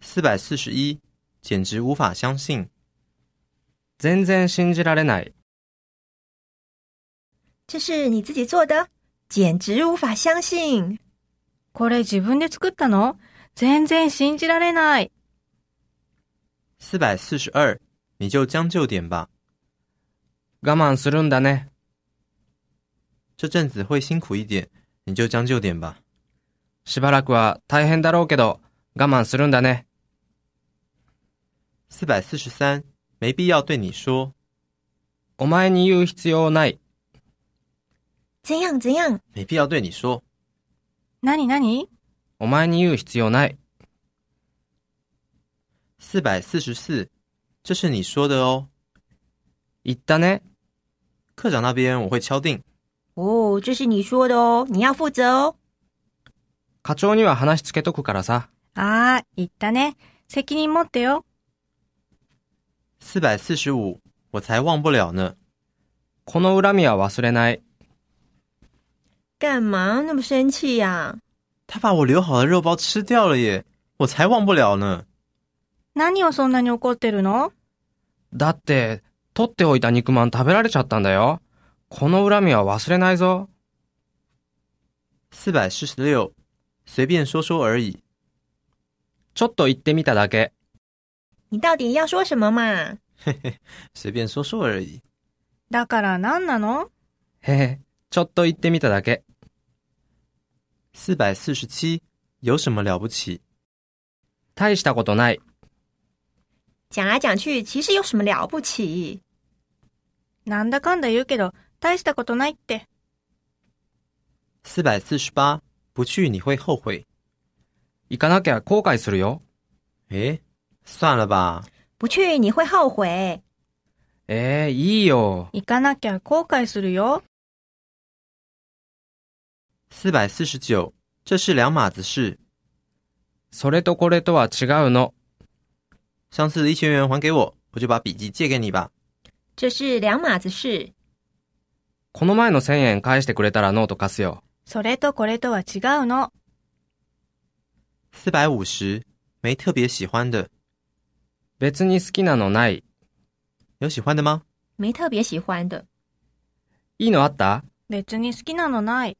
四百四十一，简直无法相信。全然信じられない。这是你自己做的，简直无法相信。これ自分で作ったの全然信じられない。四百四十二，你就将就点吧，我慢するんだね。这阵子会辛苦一点，你就将就点吧。しばらくは大変だろうけど、我慢するんだね。四百四十三，没必要对你说，お前に言う必要ない。怎样怎样？没必要对你说。なになにお前に言う必要ない。四百四十四，这是你说的哦。言ったね。课长那边我会敲定。哦，这是你说的哦，你要负责哦。課長には話つけとくからさ。ああ、言ったね。責任持ってよ。四百四十五，我才忘不了呢。この恨みは忘れない。干嘛那么生气呀、他把我留好的肉包吃掉了耶，我才忘不了呢。何をそんなに怒ってるのだって、取っておいた肉まん食べられちゃったんだよ。この恨みは忘れないぞ。四百四十六，随便说说而已。ちょっと言ってみただけ。你到底要说什么嘛？随便说说而已。だから何なのへへ、ちょっと言ってみただけ。四百四十七，有什么了不起？大したことない。讲来讲去，其实有什么了不起？なんだかんだ言うけど、大したことないって。四百四十八，不去你会后悔。行かなきゃ後悔するよ。诶，算了吧。不去你会后悔。ええいいよ。行かなきゃ後悔するよ。四百四十九，这是两码子事。それとこれとは違うの。上次的一千元还给我，我就把笔记借给你吧。这是两码子事。この前の1000円返してくれたらノート貸すよ。それとこれとは違うの。四百五十，没特别喜欢的，別に好きなのない。有喜欢的吗？没特别喜欢的。いいのあった別に好きなのない。